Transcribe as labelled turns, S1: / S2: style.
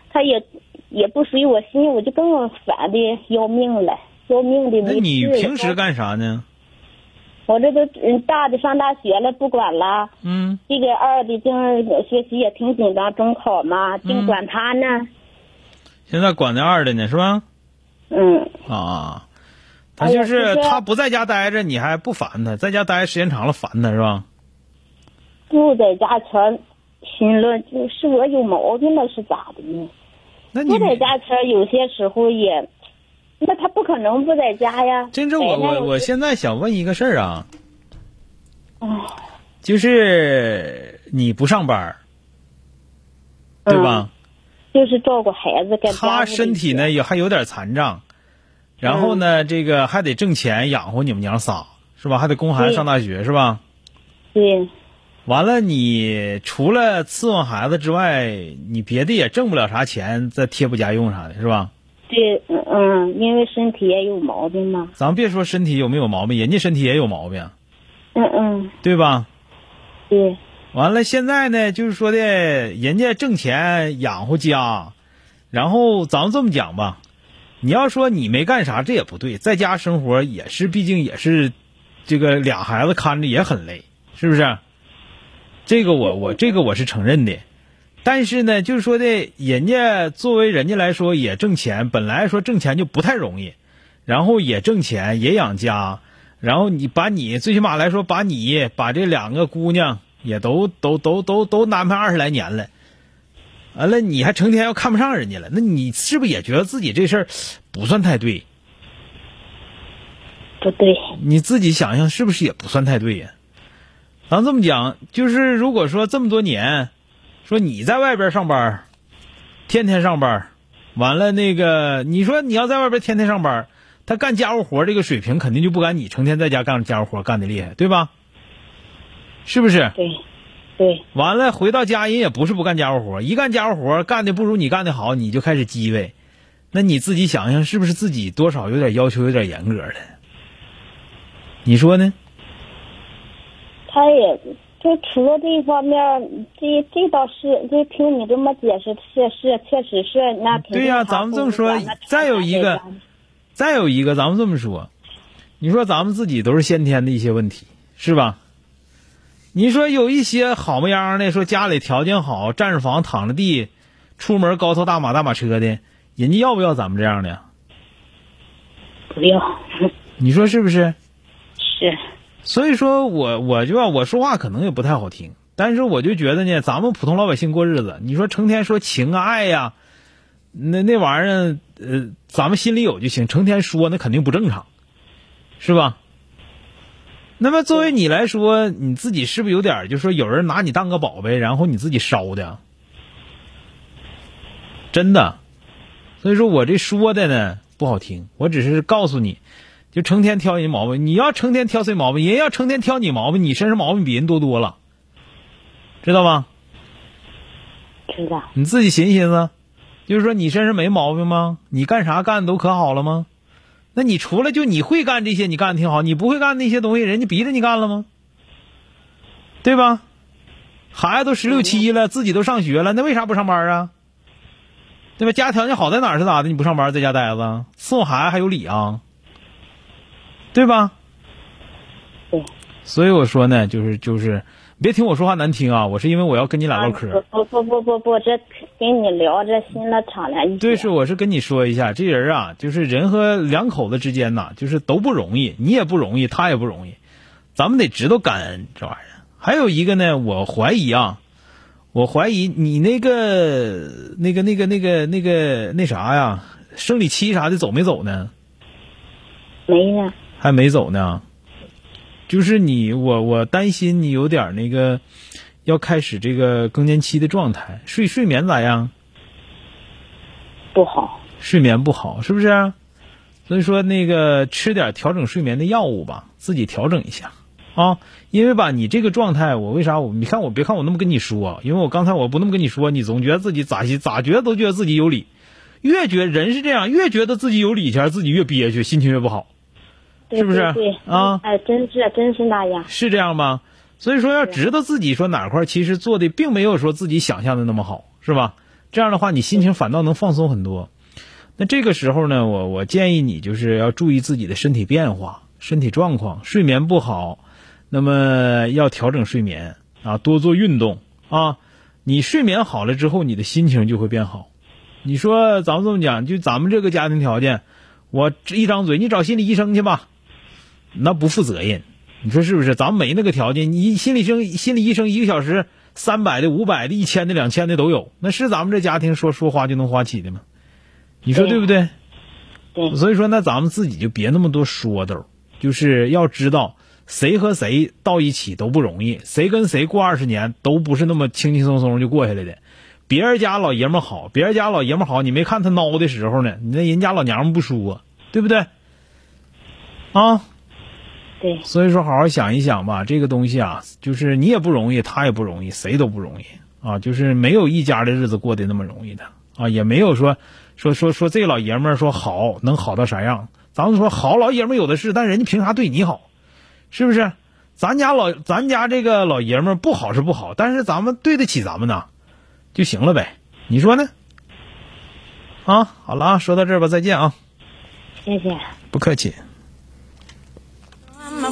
S1: 他也也不随我心，我就更烦的要命了，要命的
S2: 那
S1: 没
S2: 你
S1: 事
S2: 平
S1: 我
S2: 时干啥呢？
S1: 我这都嗯大的上大学了，不管了。
S2: 嗯
S1: 这个二的就是学习也挺紧张，中考嘛，
S2: 嗯
S1: 净管他呢。，
S2: 现在管那二的呢是吧？
S1: 嗯，
S2: 啊，他
S1: 哎呀
S2: 就
S1: 就是是
S2: 他不在家待着，你还不烦他；在家待时间长了烦他是吧？
S1: 不在家前心论，就是我有毛病了是咋的呢？
S2: 那你
S1: 不在家前有些时候也，那他不可能不在家呀。
S2: 真正我
S1: 白天
S2: 我我现在想问一个事儿啊，
S1: 哎
S2: 就是你不上班儿
S1: 嗯
S2: 对吧？
S1: 就是照顾孩子，干家务
S2: 他
S1: 的
S2: 身体呢也还有点残障，然后呢这个还得挣钱养活你们娘仨是吧？还得供孩子
S1: 对
S2: 上大学是吧？
S1: 对，
S2: 完了，你除了伺候孩子之外，你别的也挣不了啥钱，再贴补家用啥的，是吧？
S1: 对，嗯嗯，因为身体也有毛病嘛。
S2: 咱别说身体有没有毛病，人家身体也有毛病，
S1: 嗯嗯，
S2: 对吧？
S1: 对，
S2: 完了，现在呢，就是说的，人家挣钱养活家，然后咱们这么讲吧，你要说你没干啥，这也不对，在家生活也是，毕竟也是，这个俩孩子看着也很累，是不是？这个我我这个我是承认的，但是呢，就是说的，人家作为人家来说也挣钱，本来说挣钱就不太容易，然后也挣钱也养家，然后你把你最起码来说，把你把这两个姑娘也都都都都都安排二十来年了，完了你还成天要看不上人家了，那你是不是也觉得自己这事儿不算太对？
S1: 不对，
S2: 你自己想想是不是也不算太对呀？咱这么讲，就是如果说这么多年，说你在外边上班，天天上班，完了那个你说你要在外边天天上班，他干家务活这个水平肯定就不赶你成天在家干家务活干的厉害，对吧？是不是？
S1: 对，对，
S2: 完了回到家人也不是不干家务活，一干家务活干的不如你干的好，你就开始鸡呗。那你自己想想，是不是自己多少有点要求，有点严格了？你说呢？
S1: 他也就除了这一方面，这这倒是，就听你这么解释，确是确实是那肯定
S2: 对呀、
S1: 他
S2: 咱们这么
S1: 不
S2: 说
S1: 管那
S2: 再有一个
S1: 他在家
S2: 再有一个，咱们这么说，你说咱们自己都是先天的一些问题，是吧？你说有一些好模样的，说家里条件好，占着房躺着地，出门高头大马大马车的，人家要不要咱们这样的呀？
S1: 不要，
S2: 你说是不是？
S1: 是
S2: 所以说我我就要我说话可能也不太好听，但是我就觉得呢，咱们普通老百姓过日子，你说成天说情啊爱呀、那那玩意儿，呃，咱们心里有就行，成天说那肯定不正常，是吧？那么作为你来说，你自己是不是有点儿就说有人拿你当个宝贝，然后你自己烧的？真的，所以说我这说的呢不好听，我只是告诉你，就成天挑人毛病。你要成天挑谁毛病，人要成天挑你毛病，你身上毛病比人多多了，知道吗？
S1: 知道，
S2: 你自己寻思寻思，就是说你身上没毛病吗？你干啥干都可好了吗？那你除了就你会干这些，你干的挺好，你不会干那些东西，人家逼着你干了吗？对吧？孩子都十六七了，自己都上学了，那为啥不上班啊？对吧？家条件好在哪儿是咋的？你不上班在家待着，伺候孩子还有理啊？对吧？
S1: 对。
S2: 所以我说呢，就是就是，别听我说话难听啊，我是因为我要跟你俩唠嗑。
S1: 啊不不不不不不，这跟你聊这心了敞亮一些。
S2: 对，是我是跟你说一下，这人啊，就是人和两口子之间呐、就是都不容易，你也不容易，他也不容易，咱们得知道感恩这玩意儿。还有一个呢，我怀疑啊，我怀疑你那个那个那个那个那个那啥呀，生理期啥的走没走呢？
S1: 没呢，
S2: 还没走呢。就是你，我我担心你有点那个，要开始这个更年期的状态，睡睡眠咋样？
S1: 不好。
S2: 睡眠不好，是不是、所以说那个吃点调整睡眠的药物吧，自己调整一下啊。因为吧，你这个状态，我为啥我你看我别看我那么跟你说，因为我刚才我不那么跟你说，你总觉得自己咋咋觉得都觉得自己有理，越觉得人是这样，越觉得自己有理前，自己越憋屈，心情越不好。
S1: 对
S2: 是不是
S1: 对对
S2: 啊
S1: 哎，真是真是那样。
S2: 是这样吗？所以说要知道自己说哪块儿其实做的并没有说自己想象的那么好，是吧？这样的话，你心情反倒能放松很多。那这个时候呢，我我建议你就是要注意自己的身体变化、身体状况，睡眠不好，那么要调整睡眠啊，多做运动啊。你睡眠好了之后，你的心情就会变好。你说咱们这么讲，就咱们这个家庭条件，我一张嘴，你找心理医生去吧，那不负责任。你说是不是？咱们没那个条件，你心理医生、心理医生一个小时三百的、五百的、一千的、两千的都有，那是咱们这家庭说说花就能花起的吗？你说
S1: 对
S2: 对不对？
S1: 对
S2: 所以说，那咱们自己就别那么多说头，就是要知道谁和谁到一起都不容易，谁跟谁过二十年都不是那么轻轻松松就过下来的。别人家老爷们儿好，别人家老爷们儿好，你没看他孬的时候呢，你那人家老娘们不说，对不对？啊，
S1: 对
S2: 所以说好好想一想吧，这个东西啊，就是你也不容易，他也不容易，谁都不容易啊，就是没有一家的日子过得那么容易的啊，也没有说说说说这老爷们儿说好能好到啥样，咱们说好老爷们儿有的是，但人家凭啥对你好，是不是？咱家老咱家这个老爷们儿不好是不好，但是咱们对得起咱们呐，就行了呗，你说呢？啊，好了啊，说到这儿吧，再见啊，
S1: 谢谢。
S2: 不客气。
S3: I'm a